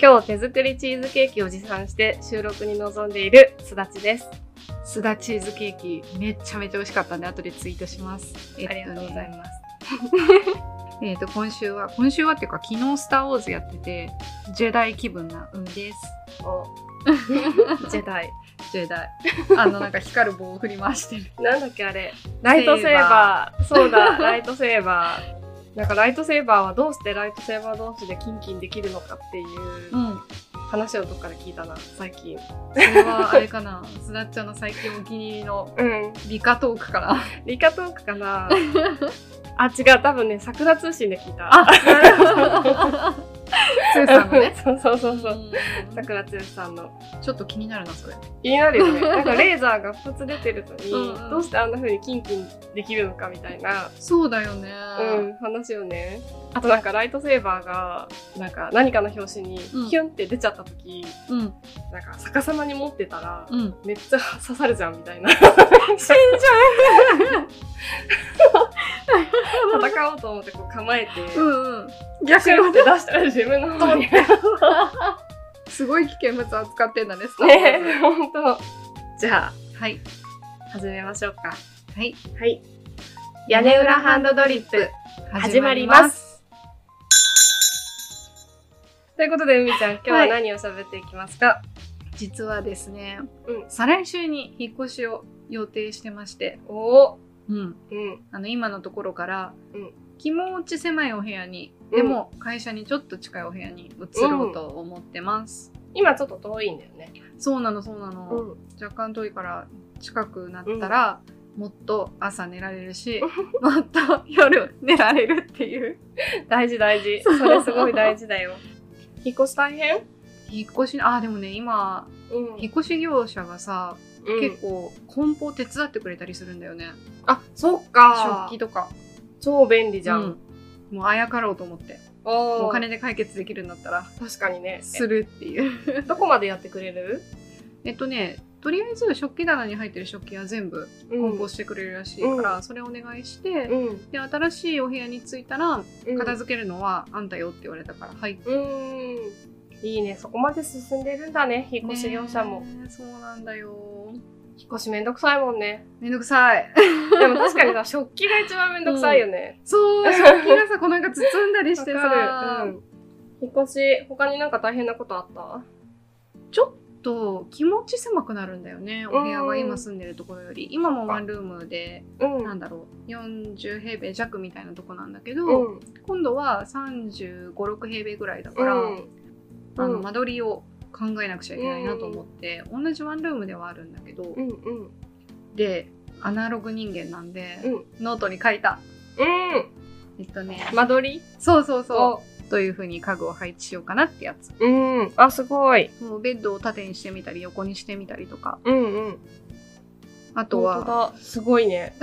今日は手作りチーズケーキを持参して収録に臨んでいるすだちです。すだチーズケーキめちゃめちゃ美味しかったんで後でツイートします。えっありねがとうございます。えっ、と今週は今週はっていうか昨日スターウォーズやっててジェダイ気分な海です。お ジェダイ。ジェダイ。あのなんか光る棒を振り回してる。なんだっけあれ。ライトセーバー。そうだ、ライトセーバー。なんかライトセーバーはどうしてライトセーバー同士でキンキンできるのかっていううん。話をどっかで聞いたな、最近。それはあれかな。すだっちゃんの最近お気に入りのうん。理科トーク から。理科トークか なあ、違う、多分ね、桜通信で聞いた。あ、つーさんのね。 そうそうそうそう。うん桜剛さんのちょっと気になるなそれ。気になるよ ねなんかレーザーが2つ出てるのにうんうんどうしてあんな風にキンキンできるのかみたいな、そうだよね。うん、話をねあとなんかライトセーバーがなんか何かの拍子にうんヒュンって出ちゃった時、うん。なんか逆さまに持ってたら、うん。めっちゃ刺さるじゃんみたいな死んじ戦おうと思ってこう構えて、ゃう。うんうん。逆にって出したら自分の方 にねすごい危険物扱ってんだね、スタッフえほんとじゃはい。あ始めましょうかはい。はい屋根裏ハンドドリップ始まりま。す。ということで、うみちゃん、今日ははい何を喋っていきますか、実はですね、うん再来週に引っ越しを予定してまして、おおうん。うん。あの、今のところから、うん気持ち狭いお部屋に、うんでも会社にちょっと近いお部屋に移ろうと思ってます。今ちょっと遠いんだよね。そうなの、そうなの。うん。若干遠いから近くなったら、もっと朝寝られるし、もっと夜寝られるっていう。大事大事。そそうれすごい大事だよ。引っ越し大変引っ越し、あ、でもね、今、うん引っ越し業者がさ、結結構。構梱包手伝ってくれたりするんだよねあ、そっ食か器。とか超便利じゃん。うんもうあやかろうと思っておーお金で解決できるんだったら確かにね。するっていうえどこまでやってくれる えっとねとりあえず食器棚に入ってる食器は全部梱包してくれるらしいから、それお願いして、うん。で新しいお部屋に着いたらうん。片付けるのはあんたよって言われたから、はいうん。いいね。そこまで進んでるんだね。引っ越し業者も。ねえそうなんだよ引っ越しめんどくさいもんね。めんどくさい でも確かにさ、食器が一番めんどくさいよね。そう食器がさこうなんか包んだりしてわかさ、るうん引っ越し、他になんか大変なことあったちょっと気持ち狭くなるんだよねお部屋うがん今住んでるところより今もワンルームでうんなんだろう40平米弱みたいなとこなんだけど、うん。今度は3 5 6平米ぐらいだかうら、ん。あのうん間取りを考えなくちゃいけないなと思って、同じワンルームではあるんだけど、うん。うん。でアナログ人間なんで、うんノートに書いたうん。えっとね間取りそうそうそうどういう風に家具を配置しようかなってやつう。うん。あ、すごい。そうベッドを縦にしてみたり横にしてみたりとかうんうん。あと本は当だ。すごい ね。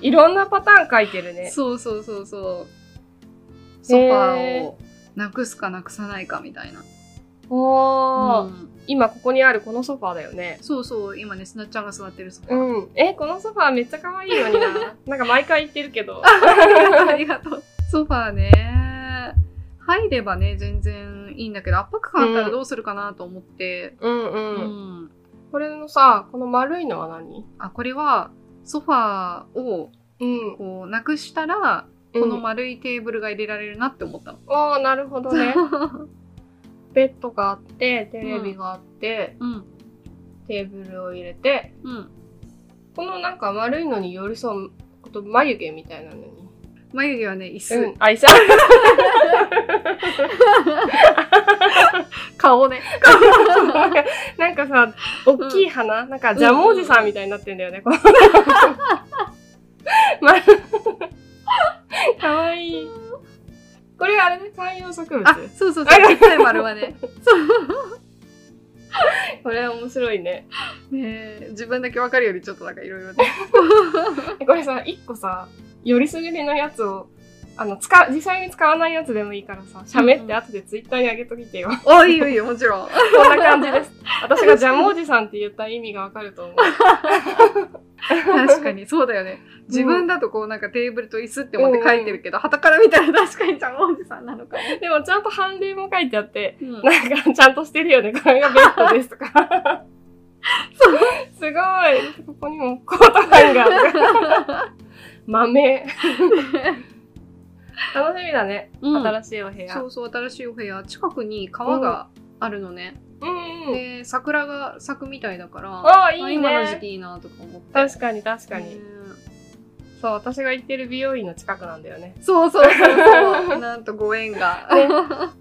いろんなパターン書いてるね。そうそうそうそう。ソファーをなくすかなくさないかみたいな。おー。うん今ここにあるこのソファーだよね。そうそう、今ね、すなちゃんが座ってるソファー。うん。え、このソファーめっちゃ可愛いのにな。なんか毎回言ってるけど。 ありがとう。ソファーね。入ればね、全然いいんだけど、圧迫感あったらどうするかなと思って。うんううん。ん。これのさ、この丸いのは何あ、これは、ソファーをうん。こうなくしたら、ここの丸いテーブルが入れられるなって思ったの。ああ、なるほどね。 ベッドがあって、テレビがあって、うん。テーブルを入れて、うん。このなんか丸いのに寄り添うこと、眉毛みたいなのに。眉毛はね、椅子。うん、あ、いさ。顔ね。 なんかさ、大きい鼻、なんかジャムおじさんみたいになってんだよね、この。ま、 かわいい。これあれね、観葉植物あ。、そうそうそう。ちっちゃい丸はね。これ面白いね。ねえ自分だけ分かるよりちょっとなんかいろいろね。これさ、一個さ、よりすぐりのやつを、あの、使う、実際に使わないやつでもいいからさ、写メって後でツイッターにあげときてよ。おいいよいいよ、もちろん。 こんな感じです。私がジャムおじさんって言った意味がわかると思う。確かに、そうだよね。自分だとこうなんかテーブルと椅子って思って書いてるけど、旗から見たら 確かにちゃんおじさんなのか ね。でもちゃんと判例も書いてあって、うんなんかちゃんとしてるよね、これがベッドですと か。すごいここにもコートファンがとか。 豆。 楽しみだね、うん新しいお部屋。そうそう、新しいお部屋。近くに川があるのね。うんうん。で、桜が咲くみたいだから、あ、いいね。今の時期いいなとか思って。確かに確かねに。そう、私が行ってる美容院の近くなんだよ ね。そうそうそう そう。なんとご縁が。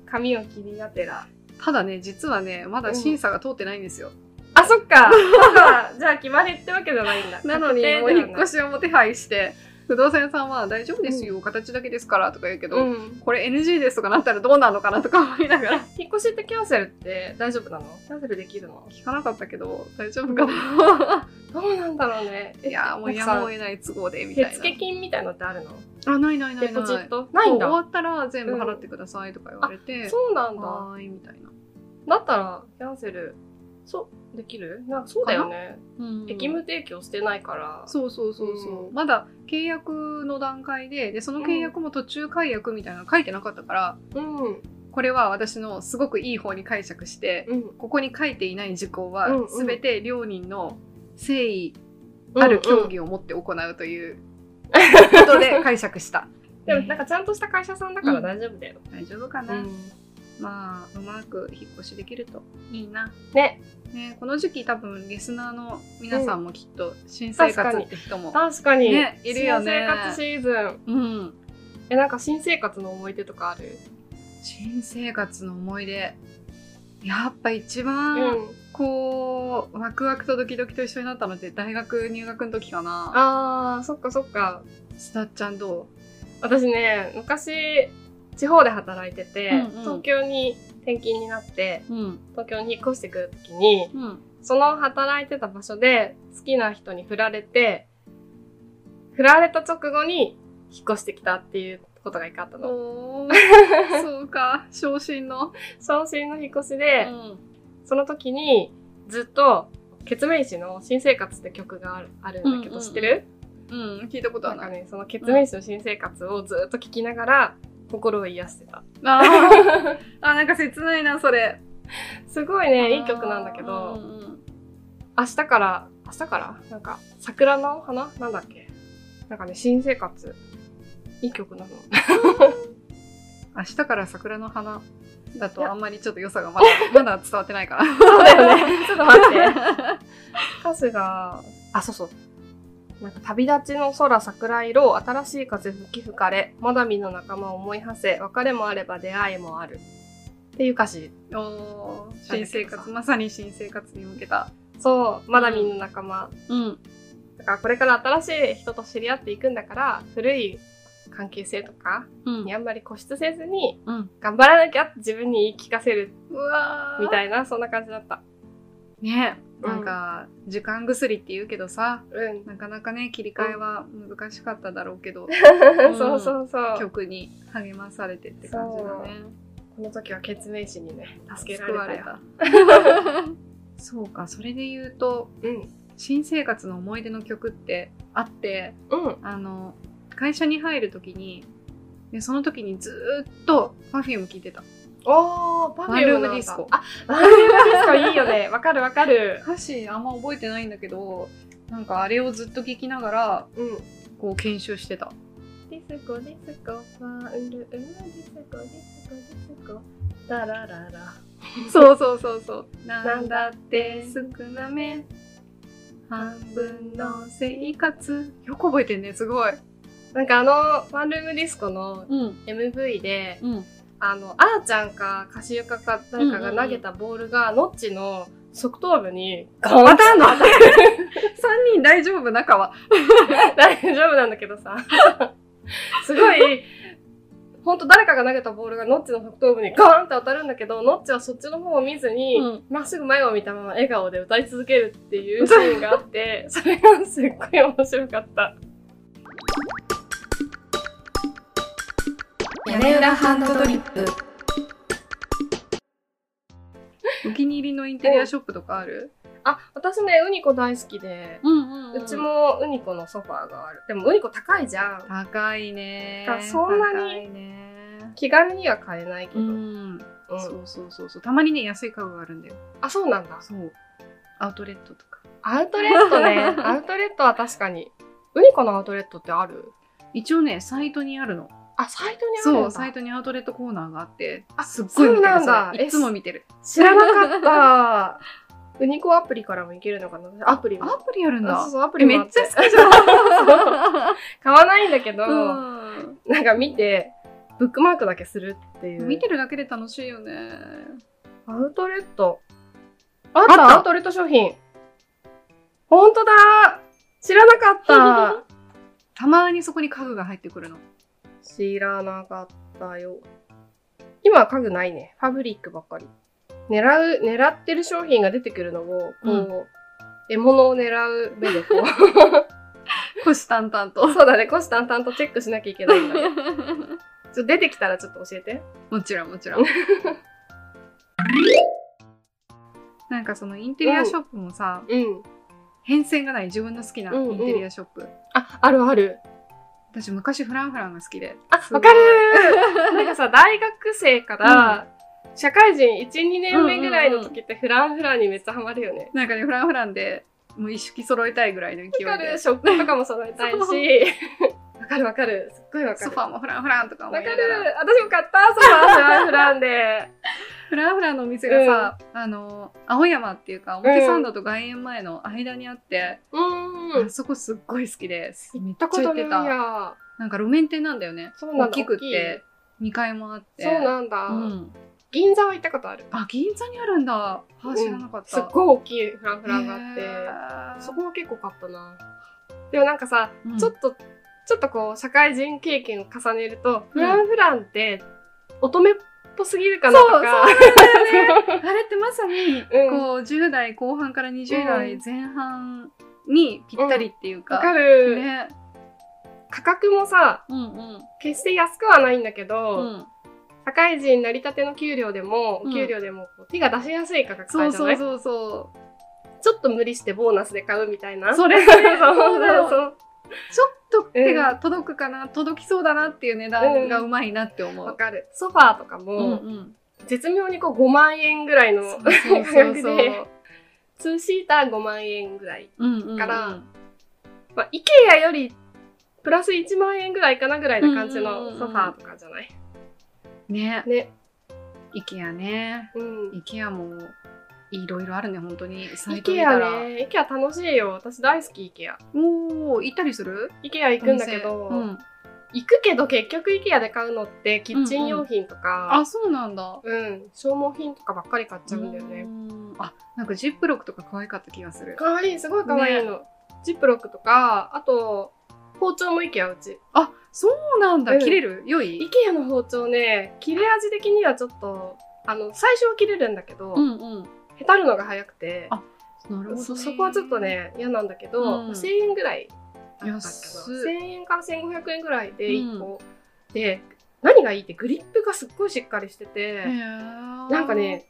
髪を切りがてら。ただね、実はね、まだ審査が通ってないんですよ。あ、そっか。じゃあ決まりってわけじゃないんだ。 なのに、もう引っ越しをも手配して、不動産屋さんは大丈夫ですよ、形だけですからとか言うけど、うん。これ NG ですとかなったらどうなのかなとか思いながら引っ越しってキャンセルって大丈夫なのキャンセルできるの聞かなかったけど大丈夫かなどうなんだろうね。いやーもうやむを得ない都合でみたい手な付金みたいのってあるのあないないないデなポいジットないん終わだ。ったら全部払ってくださいとか言われて、そうなんだ。はーいみたいな、だったらキャンセル、そう、できるなんかそうだよね。うん役務提供してないから。そうそうそうそう、うまだ契約の段階ででその契約も途中解約みたいなの書いてなかったから、うん。うん。これは私のすごくいい方に解釈して、ここに書いていない事項はうんうん全て両人の誠意あうんるう競ん技を持って行うということで解 釈した。でもなんかちゃんとした会社さんだから大丈夫だよ。大丈夫かうな、ん。まあうまく引っ越しできるといいな。ね。ね、この時期多分リスナーの皆さんもきっと新生活って人も、確かに。ねいるよ新ね生活シーズン。うん、え、なんか新生活の思い出とかある新生活の思い出やっぱ一番ん。こう、ワクワクとドキドキと一緒になったのって大学入学の時かな。あー、そっかそっか。すだっちゃんど私ね、昔、地方で働いてて、うんうん東京に転勤になって、ううん東京に引っ越してくるときに、うんその働いてた場所で好きな人に振られて、振られた直後に引っ越してきたっていうことが一回あったの。おーそうか昇進の、昇進の引っ越しうで、ん、その時にずっと、ケツメイシの新生活って曲があるあるんだけど、うんうん知ってるうん、聞いたことなはんかない、ね、そのケツメイシの新生活をずっと聴きながら心を癒してた。あ ーあなんか切ないなそれすごいね、いい曲なんだけうど、んうん明日から、明日からなんか、桜の花なんだっけなんかね、新生活。いい曲なの。 明日から桜の花だいとやあんまりちょっと良さがまだまだ伝わってないから そうだよね。ちょっと待って。歌詞が、あ、そうそう。なんか旅立ちの空桜色、新しい風吹き吹かれ、まだ見の仲間を思い馳せ、別れもあれば出会いもある。っていう歌詞。 おー新生活まさに新生活に向けたそう、まだ見の仲間。うんだからこれから新しい人と知り合っていくんだから、古い関係性とかうんにあんまり固執せずに、うん頑張らなきゃって自分に言い聞かせるうわみいたいな、そんな感じだった。ねうんなんか、時間薬って言うけどさうん。なかなかね切り替えは難しかっただろうけど、ん そうそうそう。曲に励まされてって感じだねこの時は決命師にね、助けら救われれたよ。た そうかそれで言うとうん。新生活の思い出の曲ってあってうん。あの会社に入る時にでその時にずーっと Perfume 聴いてたおー、パフュームなんだワンルームディスコあ、ワンルームディスコいいよ ね。わかるわかる。歌詞あんま覚えてないんだけどなんかあれをずっと聴きながらうん。こう研修してたディスコ、ディスコ、ワンルームディスコ、ディスコ、ディスコ、ダラララ。そうそうそう そうなんだって、少なめ半分の生活よく覚えてんねすごいなんかあの、ワンルームディスコのうん MV で、 うんあの、あーちゃんか、カシユカか、誰かが投げたボールが、ノッチの側頭部に、ガンまたあんの ?3 人大丈夫中は 大丈夫なんだけどさ。 すごい、ほんと誰かが投げたボールがノッチの側頭部にガーンって当たるんだけど、ノッチはそっちの方を見ずに、うんまっすぐ前を見たまま笑顔で歌い続けるっていうシーンがあって、 それがすっごい面白かった。屋根裏ハンドドリップお気に入りのインテリアショップとかあるあ、私ね、ウニコ大好きで、うんうん、うちもウニコのソファーがある。でもウニコ高いじゃん。高いねだからそんなに高いね気軽には買えないけうど。うんん、そうそうそうそうたまにね安い家具があるんだよあ、そうなんだ。そうアウトレットとかアウトレット ね。アウトレットは確かに。ウニコのアウトレットってある一応ねサイトにあるのあ、サイトにあるんだ。そうサイトにアウトレットコーナーがあってあすっごい見てそうるなんだそれいつも見てる知らなかっ た。ウニコアプリからもいけるのかな私アプリも。アプリあるんあだそうそう、アプえリめもあっちゃて好きじゃん買わないんだけど、うんなんか見て、ブックマークだけするっていう。見てるだけで楽しいよねアウトレット。あったあったアウトレット商品。ほんとだ知らな かったたまにそこに家具が入ってくるの知らなかったよ。今は家具ないね。ファブリックばっかり。狙う、狙ってる商品が出てくるのを、こう、うん獲物を狙う 目でこう。虎視眈々とそうだね、虎視眈々とチェックしなきゃいけないんだ ね。ちょっと出てきたらちょっと教えて。もちろんもち ろんなんかそのインテリアショップもさ、うん。変遷がない自分の好きなインテリアショップ、あ、あるある。私昔フランフランが好きであ、わかるなんかさ、大学生から、社会人1、2年目ぐらいの時ってフランフランにめっちゃハマるよね。なんかねフランフランでもう一式揃えたいぐらいの勢いでわかるショップとかも揃えたいしそ。 わかるわかる。すっごいわかソる。ファーもフランフランとかわ思かいる。ながら私も買った、ソファーフランフランで。フランフランのお店がさ、あの青山っていうか表参道と外苑前の間にあって、うーんあ。そこすっごい好きです行ったことないめっちゃ行ってや。たなんか路面店なんだよねそうなんだ。大きくっ大いて2階もあってそうなんだ。うん銀座は行ったことある。あ銀座にあるんだあ知らなかった、すっごい大きいフランフランがあって。へーそこは結構買ったな。でもなんかさ、うんちょっと、ちょっとこう、社会人経験を重ねると、うフんランフランって、乙女っぽすぎるかなとか、あれってまさに、うんこう10代後半から20代前半にぴったりっていうか。わかる、ね。価格もさ、うんうん。決して安くはないんだけうど、ん、社会人になりたての給料でも、うんお給料でもこう手が出しやすい価格そ帯うじゃそなういそうそちょっと無理してボーナスで買うみたいな。う。それそうそうそうちょそう。っと手が届くかな、届きそうだなっていう値段がうまいなって思わう。かる。ソファーとかうんも、うん。絶妙にこう5万円ぐらいの、そうそう そうそう。 2シーター5万円ぐらい。うんうんうんからまあ、IKEA よりプラス1万円ぐらいかなぐらいな感じうんうんうんのうんソファーとかじゃない、ね。ね。 IKEA ね。うん。 IKEA もいろいろあるね、本当に。サイト見た IKEA ら。ね。IKEA 楽しいよ。私大好き IKEA。おー、行ったりする IKEA 行くんだけど、お店うん、行くけど結局 IKEA で買うのってキッチン用品とあ、か、そうなんだ。うん消耗品とかばっかり買っちゃうんだようね。んあ、なんかジップロックとか可愛かった気がする。かわいい、すごいかわいいの。ジップロックとか、あと、包丁も IKEA うち。あ、そうなんうだ。ん切れる良い IKEA の包丁ね、切れ味的にはちょっと、あの、最初は切れるんだけど、うんうん。へたるのが早くて、あなるほど、ね。そそこはちょっと。ね嫌なんだけど、うん1000円ぐらいだったかな安1000円から1500円ぐらいで1個、で何がいいってグリップがすっごいしっかりしてて、へーなんかね。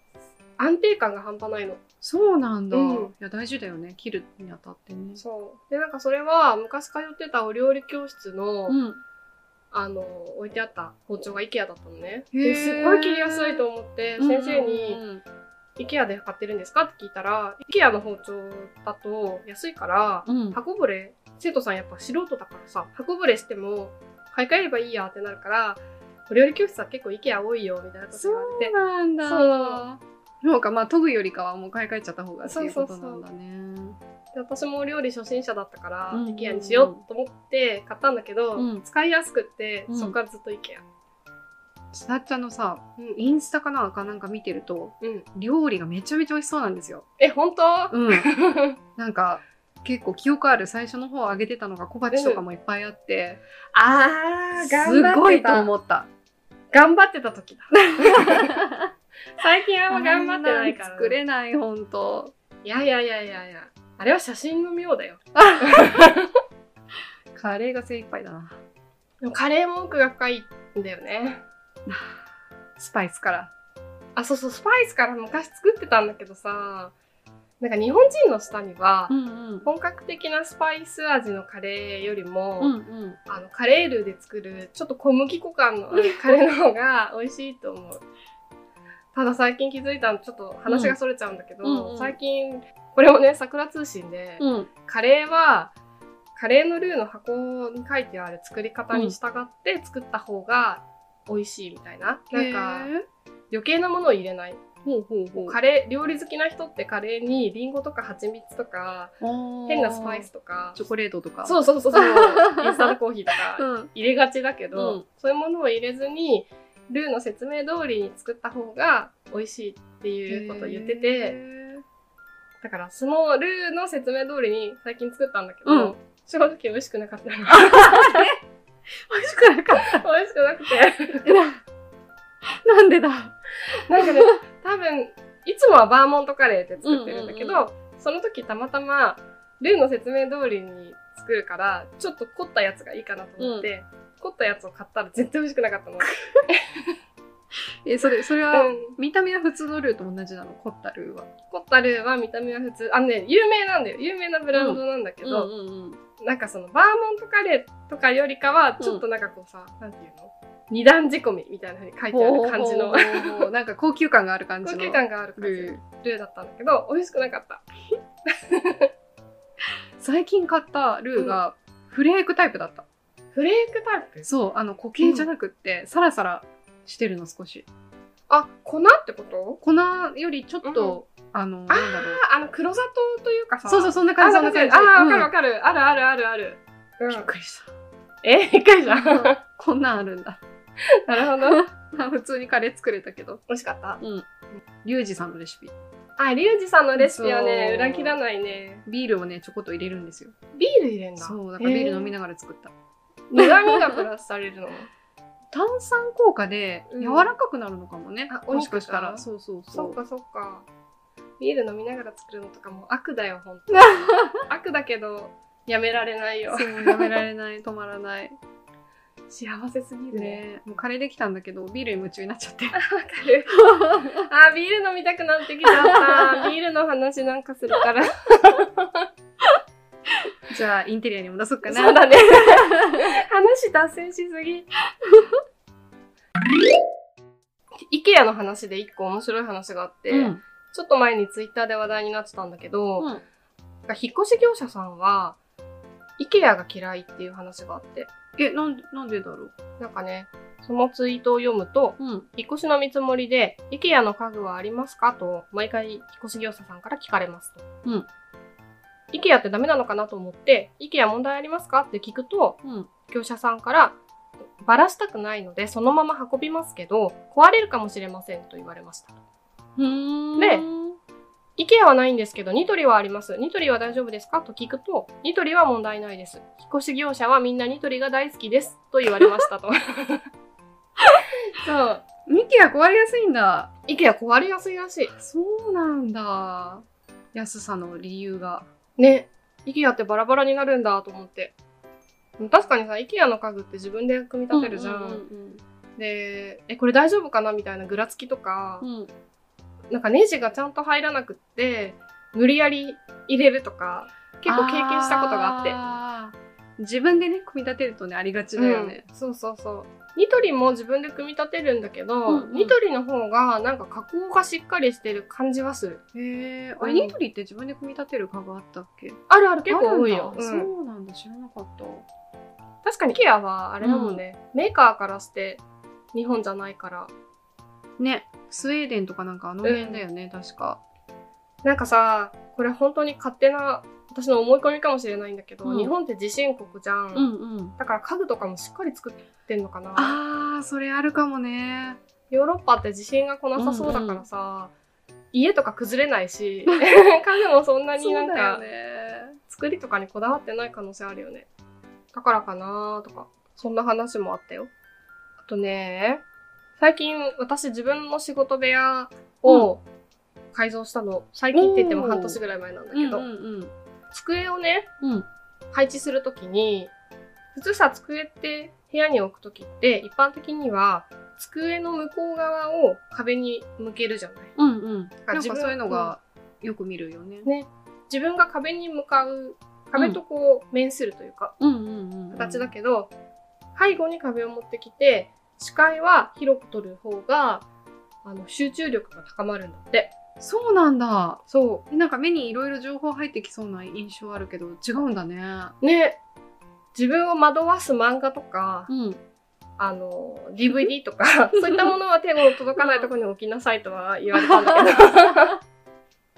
安定感が半端ないのそうなんだ。うんいや、大事だよね。切るにあたってね。そうでなんかそれは昔通ってたお料理教室の、うん。あの置いてあった包丁が IKEA だったのねへーですっごい切りやすいと思って先生にうんうん「IKEA で買ってるんですか?」って聞いたら IKEA の包丁だと安いからうん、うん。箱ぶれ生徒さんやっぱ素人だからさ箱ぶれしても買い替えればいいやってなるからお料理教室は結構 IKEA 多いよみたいなことそ言わうれてなんだ。そそうか、まあ、研ぐよりかはもう買い替えちゃった方がっていうことなんだね。で私もお料理初心者だったからうんうんうん IKEA にしようと思って買ったんだけど、うん使いやすくって、うんそっからずっと IKEA ちなっちゃんのさ、うん、インスタかなんかなんか見てると、うん、料理がめちゃめちゃ美味しそうなんですよ。え本当 うん。なんか、結構記憶ある最初の方上げてたのが小鉢とかもいっぱいあって、あーすごいと思った。頑張ってた 時だ最近あんま頑張ってないからあんん作れない、ほんと。いやいやいやいやいやあれは写真の妙だよカレーが精一杯だな。でもカレーも奥が深いんだよねスパイスから。あ、そうそう、スパイスから昔作ってたんだけどさ、なんか日本人の舌には、んうん本格的なスパイス味のカレーよりも、うんうんあのカレールーで作るちょっと小麦粉感のあるカレーの方が美味しいと思う。ただ最近気づいたのちょっと話がそれちゃうんだけど、うんうんうん最近これをね桜通信で、うんカレーはカレーのルーの箱に書いてある作り方に従って作った方が美味しいみたいな、へなんかー余計なものを入れないほうほうほうカレー料理好きな人ってカレーにリンゴとか蜂蜜とか変なスパイスとかチョコレートとかそうそうそうそう インスタントコーヒーとかうん入れがちだけど、うんそういうものを入れずにルーの説明通りに作った方が美味しいっていうことを言っててへだからそのルーの説明通りに最近作ったんだけど、うん正直美味しくなかったのー 美味しくなかっ美味しくなくて たなんでだ なんかね多分いつもはバーモントカレーって作ってるんだけど、うんうその時たまたまルーの説明通りに作るからちょっと凝ったやつがいいかなと思って、凝ったやつを買ったら全然美味しくなかったの。えそれそれはうん見た目は普通のルーと同じなの凝ったルーはコッタルーは見た目は普通、あのね、有名なんだよ。有名なブランドなんだけけど、どうんなんかそのバーモントカレーとかよりかは、ちょっとなんかこうさ、なんていうの二段仕込みみたいな風に書いてある感じの、ほうほうほうほう なんか高級感がある感じ高の級感がある感じのルールーだったんだけど、美味しくなかった。最近買ったルーがフレークタイプだった、フレークタイプそうあの固形じゃなくって、サラサラしてるの少しあ、粉ってこと粉よりちょっと、あのなんだろうあ、あの黒砂糖というかさ、そうそうう、そんな感あ、じそそんなんな感感じじ。あ、わかるわうかる。あんるあるあるある。うんびっくりしたえ、一回じゃん。 こんなんあるんだ。なるほ ど。まあ普通にカレー作れたけど。美味しかった。リュウジさんのレシピ。あ、リュウジさんのレシピはね、そう裏切らないね。ビールをね、ちょこっと入れるんですよ。ビール入れんだ。そう、だからビール飲みなながら作った。苦味がプラスされるの。炭酸効果でうん柔らかくなるのかもね。あお肉がもしかしたら。そうそう そそうう。かそうか。ビール飲みながら作るのとかもう悪だよ、 ほんと。悪だけど、やめられないよ。そうやめられない、止まらない。幸せすぎるね。ねもうカレーできたんだけど、ビールに夢中になっちゃって。わか る。あ、ビール飲みたくなってきちゃった。ビールの話なんかするから。 じゃあ、インテリアに戻そうかな。そう だね。話脱線しすぎ。IKEA の話で一個面白い話があって、うん。ちょっと前にツイッターで話題になってたんだけど、うん引っ越し業者さんは、IKEA が嫌いっていう話があって、え、なんで、なんでだろう。なんかね、そのツイートを読むと、うん。引っ越しの見積もりで、IKEA の家具はありますかと、毎回引っ越し業者さんから聞かれますと。うん。 IKEA ってダメなのかなと思って、IKEA 問題ありますかって聞くと、うん。業者さんから、バラしたくないので、そのまま運びますけど、壊れるかもしれませんと言われました。うーん。で IKEA はないんですけど、ニトリはあります。ニトリは大丈夫ですかと聞くと、ニトリは問題ないです。引っ越し業者はみんなニトリが大好きです。と言われましたと。そう。ミキは壊れやすいんだ。 IKEA 壊れやすいらしそうなんだ。安さの理由が。い。ね。IKEA ってバラバラになるんだと思って。確かにさ、IKEA の家具って自分で組み立てるじゃん。ううんで、え、これ大丈夫かなみたいなぐらつきとか、うんうんなんかネジがちゃんと入らなくって、無理やり入れるとか、結構経験したことがあって。って自分でね組み立てるとねありがちだよね、うん、そうそうそうニトリも自分で組み立てるんだけど、うんうんニトリの方がなんか加工がしっかりしてる感じはするへえ、うんあニトリって自分で組み立てる家具あったっけあるある結構多いよあ、るうんんだそうなんだ知らなかった確かに IKEA はあれだもんね、メーカーからして日本じゃないからねスウェーデンとかなんかあの辺だよね、確かなんかさこれ本当に勝手な私の思い込みかもしれないんだけど、うん日本って地震国じゃん、うんだから家具とかもしっかり作ってんのかなあーそれあるかもねヨーロッパって地震が来なさそうだからさ、家とか崩れない し家具もそんなになんかそうだよね作りとかにこだわってない可能性あるよね。だからかなーとか、そんな話もあったよ。あとね、最近私自分の仕事部屋を改造したの、最近って言っても半年ぐらい前なんだけど、うんうん机をね、うんうん配置するときに、普通さ、机って部屋に置くときって、一般的には、机の向こう側を壁に向けるじゃないうんうんらなん自か分そういうのがよく見るよね。ね、自分が壁に向かう、壁とこう、面するというか、うんうんうん、うん。形だけど、背後に壁を持ってきて、視界は広く取る方が、あの、集中力が高まるんだって。そうなんだ。そなんか目にいろいろ情報入ってきそうな印象あるけど、違うんだね。う。ね、自分を惑わす漫画とか、うん。あの、DVD とか、そういったものは手の届かないところに置きなさいとは言われたんだけど。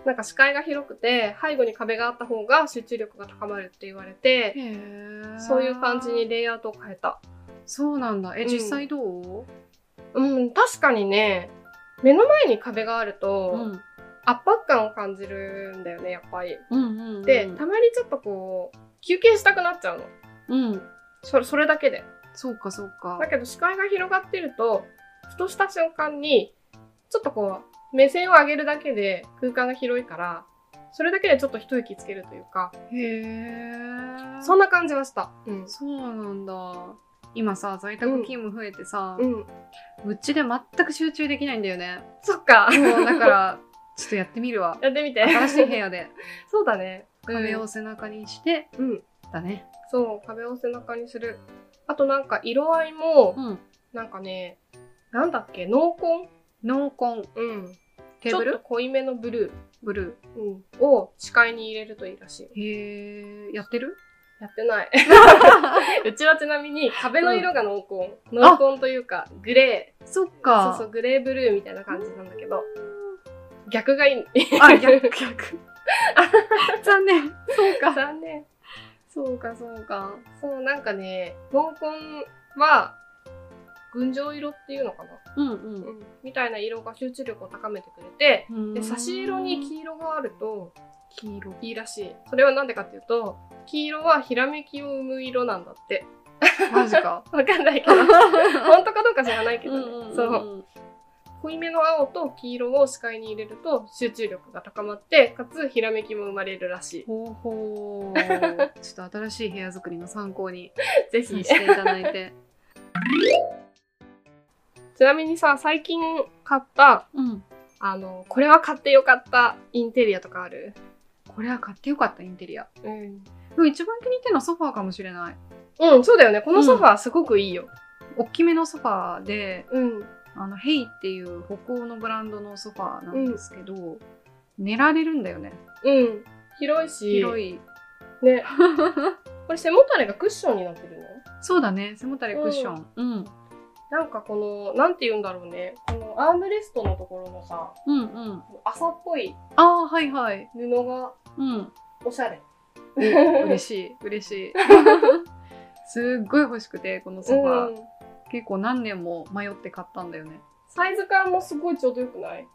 なんか視界が広くて、背後に壁があった方が集中力が高まるって言われて、へーそういう感じに。レイアウトを変えた。そうなんだ。え、うん実際どう、うん、確かにね、目の前に壁があると、うん、圧迫感を感じるんだよね、やっぱり。うんうんうん。で、たまにちょっとこう、休憩したくなっちゃうの。うん。そそれだけで。そうかそうかだ。けど視界が広がってると、ふとした瞬間に、ちょっとこう、目線を上げるだけで空間が広いから、それだけでちょっと一息つけるというか、へえ。そんな感じはした。うん。そうなんだ。今さ、在宅勤務増えてさ、うん。うちで全く集中できないんだよね。そっか。もうだから、 ちょっとやってみるわ。 やってみて。新しい部屋 で そうだね。壁を背中にして、うん。うん。だね。そう、壁を背中にする。あとなんか色合いも、うん。なんかね、なんだっけ、濃紺濃紺、うん。テーブちょルっと濃いめのブルブルー、うん、を視界に入れるといいらしいよ。ー。へえ、やってるやって ない。うちはちなみに壁の色が濃紺。濃紺というか、グレー。そっそか。うそう、グレーブルーみたいな感じなんだけど、逆がいい。あ、逆、逆。 残念。そう か。残念。そうか、そうか。そう、なんかね、濃紺は、群青色っていうのかな、うんみたいな色が集中力を高めてくれて、うん。で、差し色に黄色があると黄色。いいらしい。それはなんでかっていうと、黄色はひらめきを生む色なんだって。マジか。わかんない けど。本当かどうか知らないけどね。そう。う。濃いめの青と黄色を視界に入れると集中力が高まって、かつひらめきも生まれるらしい。ほうほう。 ちょっと新しい部屋作りの参考にぜしてひい。ただいて。ちなみにさ、最近買った、 うん。あの、これは買ってよかったインテリアとかあるこれは買ってよかった、インテリア。うん。でも一番気に入ってるのはソファーかもしれない。うん、そうだよね。このソファーすごくいいよ。大きめのソファーで、うん。あの、ヘイっていう北欧のブランドのソファーなんですけど、寝られるんだよね。うん。広いし。広い。い。 ね。これ背もたれがクッションになってるのそうだね、背もたれクッション。うん。なんかこの、なんて言うんだろうね。このアームレストのところのさ、うんうん。朝っぽいああ、はいはい。布がうん。おしゃれ。嬉しい、嬉し い。すっごい欲しくて、このソファー。うん結構何年も迷って買ったんだよね。サイズ感もすごいちょうどよくない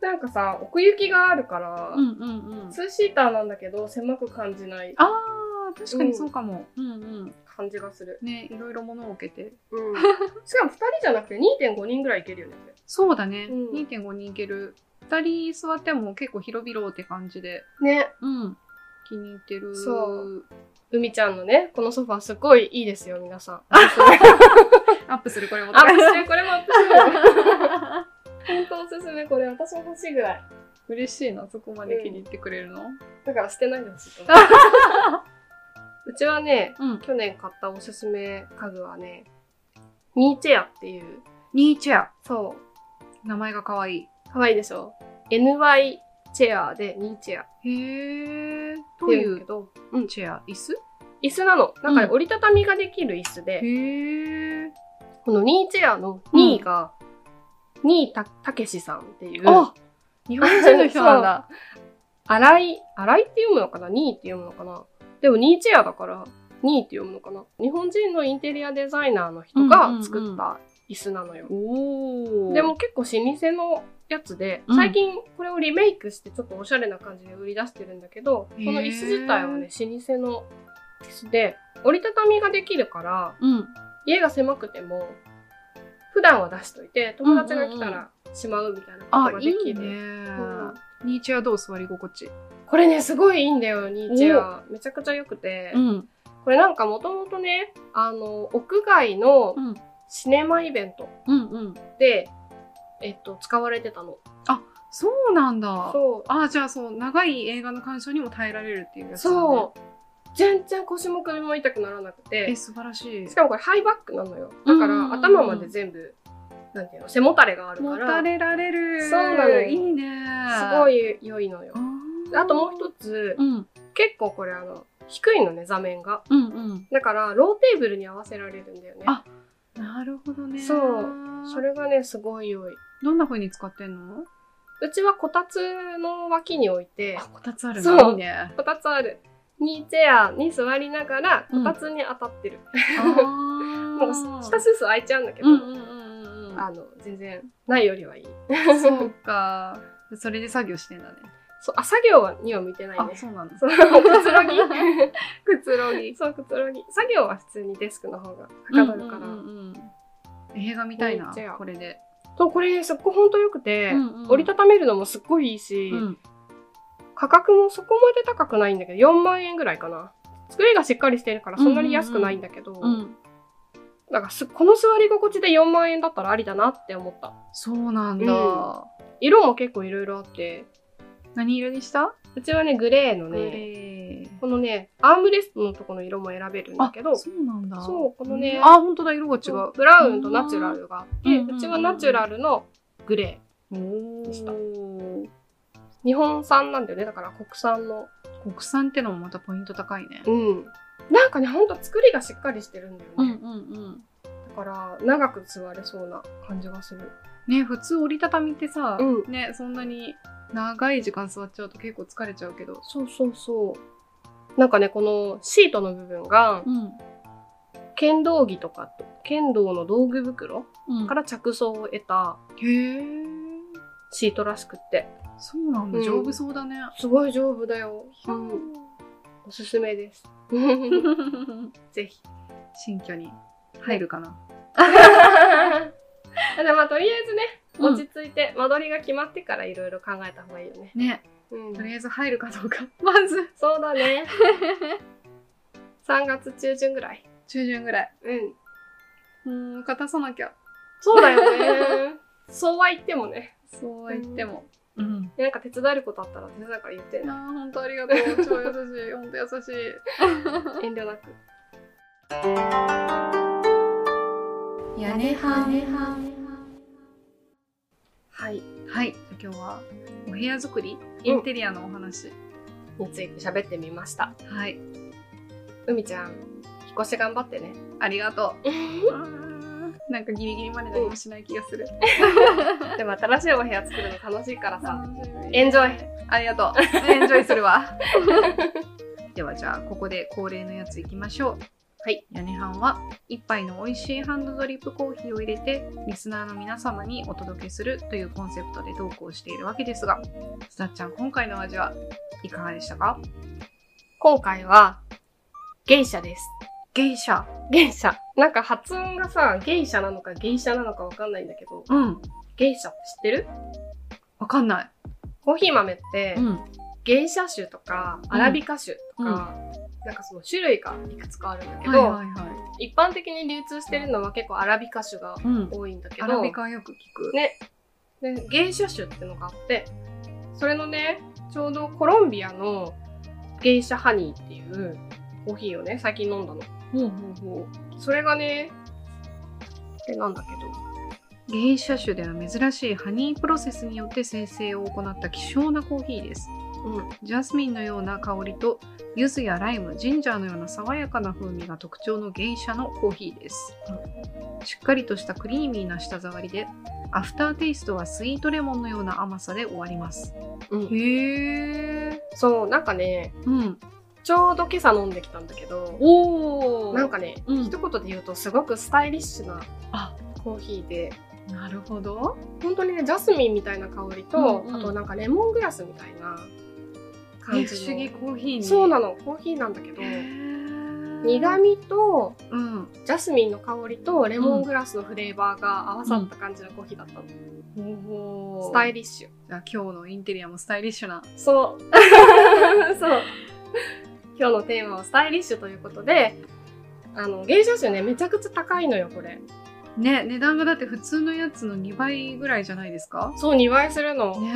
なんかさ、奥行きがあるから、うんうんうん。ツーシーターなんだけど、狭く感じないああ、確かにそうかも。うんうん。感じがする。ね、いろいろ物を置けて。うん。 しかも2人じゃなくて2.5人ぐらいいけるよね。そうだね。うん2.5人いける。2人座っても結構広々って感じで。ね。うん。気に入ってる。そう。海ちゃんのね、このソファーすごいいいですよ、皆さん。アアップする、これも。ップして、これもアップしてる。本当おすすめ、これ私も欲しいぐらい。嬉しいな、そこまで気に入ってくれるの。だから捨てないでほしいと思う。うちはね、うん。去年買ったおすすめ家具はね、ニーチェアっていう、ニーチェア。そう、名前が可愛可愛いでしょ ?NY チェアでニーチェアっい。へえ。どうていいううんだけど、チェア椅子椅子なの。なんかねうん折りたたみができる椅子で、へえ。このニーチェアのうん2が、ニーたたけしさんっていう、あ日本人の人なん だ。荒い、荒いって読むのかなニーって読むのかなでもニーチェアだから、ニーって読むのかな日本人のインテリアデザイナーの人うんうんうがん作った椅子なのよ。おお。でも、結構老舗のやつで、うん最近これをリメイクしてちょっとおしゃれな感じで売り出してるんだけど、へーこの椅子自体はね、老舗の椅子で、折りたたみができるから、うん。家が狭くても、普段は出しといて、友達が来たらしまうみたいなこあとが、でいきいる。ねうん。ニーチェアどう座り心地これね、すごいいいんだよ、ニーチェア。めちゃくちゃ良くて。ん。これなんかもともとね、あの、屋外のうん。シネマイベントうんうん。で、えっと、使われてたの。そうなんだ。そうああ、じゃあそう、長い映画の鑑賞にも耐えられるっていうやつだね、そう全然腰も首も痛くならなくえ、て素晴らしいし。かもこれハイバックなのよだかうんら頭まで全部なんていうの背もたれがあるか持らたれられる。そうなのよいいね。すごい。い良いのよあともう一つうん、結構これあの低いのね座面がうん、うん。だからローテーブルに合わせられるんだよねあなるほどね。そう。それがねすごい良いどんな風に使ってんのうちはこたつの脇に置いてあ、こたつあるそのういい ね。こたつあるにチェアに座りながらうんこたつに当たってる、ももう下スースー開いちゃうんだけど、うんうんうんうんうん。あの全然ないよりはいいそうか。それで作業してんだね。そうあ作業はには向いてないあね、そうなんだ。そうくつろぎくつろ ぎ。そうくつろぎ作業は普通にデスクの方がはかどるから、うんうんうん映画みたいなめっちゃ、これで。そうこれねすっごいほんとよくて、うんうん折りたためるのもすっごいいいし、うん価格もそこまで高くないんだけど4万円ぐらいかな作りがしっかりしてるからそんなに安くないんだけど、うん。なんかすこの座り心地で4万円だったらありだなって思ったそうなんだ。色も結構いろいろあって何色にしたうちはねグレーのねえーこのねアームレストのとこの色も選べるんだけどそうなんだ。そうこのねんあ、本当だ、色が違う。ブラウンとナチュラルがあって、ううんちはナチュラルのグレおでしたーー日本産なんだよねだから国産の国産ってのもまたポイント高いね。うんなんかねほんと作りがしっかりしてるんだよね、うん。だから長く座れそうな感じがするね、普通折りたたみってさ、うね、そんなに長い時間座っちゃうと結構疲れちゃうけど。そうそうそうなんかねこのシートの部分がうん。剣道着とか剣道の道具袋うん、から着想を得たへえ。シートらしくってそうなんだ、うん丈夫そうだね。すごい丈夫だよ、うん、おすすめです ぜひ新居に入るかな。 ただまあとりあえずねうん落ち着いて、間取りが決まってからいろいろ考えた方がいいよね、ね、うんとりあえず入るかどうか。 まず、そうだね 3月中旬ぐらい中旬ぐらい。うんうーん、片さなきゃ。そうだよね そうは言ってもねそうは言っても。うん。なんか手伝えることあったら手伝うから言っていやねー、ほんとありがとう。超優しい。ほんと優しい。遠慮なく屋根派はいはい今日はお部屋作りインテリアのお話、について喋ってみましたはい海ちゃん引っ越し頑張ってねありがとうなんかギリギリまで何もしない気がするでも新しいお部屋作るの楽しいからさエエンンジジョョイイありがとうエンジョイするわ ではじゃあここで恒例のやついきましょうはい屋根班は一杯の美味しいハンドドリップコーヒーを入れてリスナーの皆様にお届けするというコンセプトで投稿しているわけですがすだっちゃん今回の味はいかがでしたか今回はゲイシャですゲイシャゲイシャなんか発音がさゲイシャなのかゲイシャなのかわかんないんだけどうんゲイシャって知ってるわかんなコーヒー豆って、い。ん。ゲイシャ種とかんアラビカ種とうんか、なんかその種類がいくつかあるんだけど、いは一般的に流通してるのは結構アラビカ種がい。うん。多いんだけアラどビカはよく聞く。ねでゲイシャ種ってのがあってそれのねちょうどコロンビアのゲイシャハニーっていうコーヒーをね最近飲んだのほうほうほそれがねえなんだけどう。ゲイシャ種では珍しいハニープロセスによって生成を行った希少なコーヒーです。うんジャスミンのような香りと、柚子やライム、ジンジャーのような爽やかな風味が特徴のゲイシャのコーヒーです。しっかりとしたクリーミーな舌触りで、アフターテイストはスイートレモンのような甘さで終わります。うんへえ。そうなんかねうん。ちょうど今朝飲んできたんだけどおお。なんかね、うん一言で言うとすごくスタイリッシュなあコーヒーでなるほど。本当にねジャスミンみたいな香りと、うんうんあとなんかレモングラスみたいな感ねじ不の思議コーヒーに。そうなのコーヒーなんだけど苦苦味とうんジャスミンの香りとレモングラスのフレーバーが合わさった感じのコーヒーだったの、ほスタイリリッシュじゃあ今日のインテリアもスタイリッシュなそう そう今日のテーマはスタイリッシュということであの芸者種ねめちゃくちゃ高いのよこれね、値段がだって普通のやつの2倍ぐらいじゃないですかそう、2倍するの。ね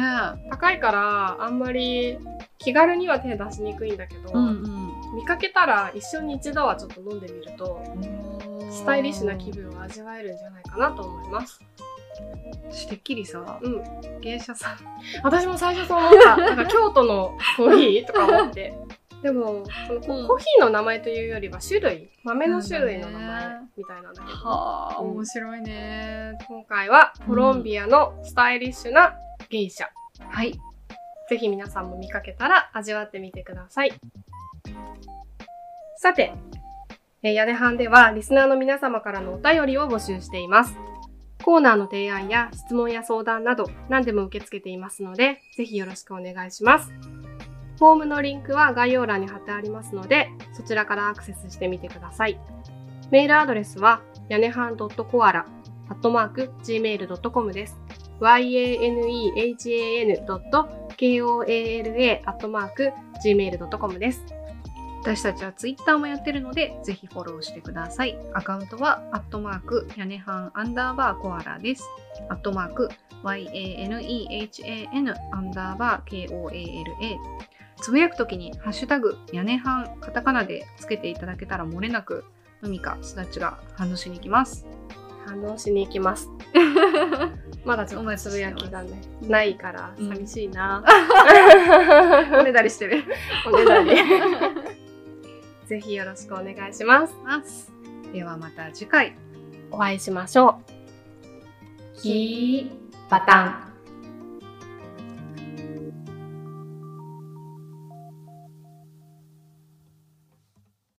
高いから、あんまり気軽には手出しにくいんだけど、うんうん。見かけたら一緒に一度はちょっと飲んでみると、スタイリッシュな気分。分を味わえるんじゃないかなと思います。私てっきりさ、うん。芸者さん。私も最初そう思 った。なんか京都のコーヒーとか思って。でも、そのコうんコーヒーの名前というよりは種類、豆の種類の名前みたいなんだけど、はあ、うん面白いね。今回はコロンビアのスタイリッシュな芸者。はい。ぜひ皆さんも見かけたら味わってみてください。さて、えー屋根班ではリスナーの皆様からのお便りを募集しています。コーナーの提案や質問や相談など何でも受け付けていますので、ぜひよろしくお願いします。フォームのリンクは概要欄に貼ってありますので、そちらからアクセスしてみてください。メールアドレスは、やねはん .coala.gmail.com です。yanehan.koala.gmail.com です。私たちはツイッターもやってるので、ぜひフォローしてください。アカウントは、アットマーク、屋根半アンダーバーコアラです。アットマーク、yanehan アンダーバー koala。つぶやくときに、ハッシュタグ、屋根半カタカナでつけていただけたら漏れなく、海かすだちが反応しに行きます。反応しに行きます。まだちょっとつぶやきがね、ないから寂しいな。おねだりしてる。おねだり。ぜひよろしくお願いします。ますではまた次回。お会いしましょう。バタン。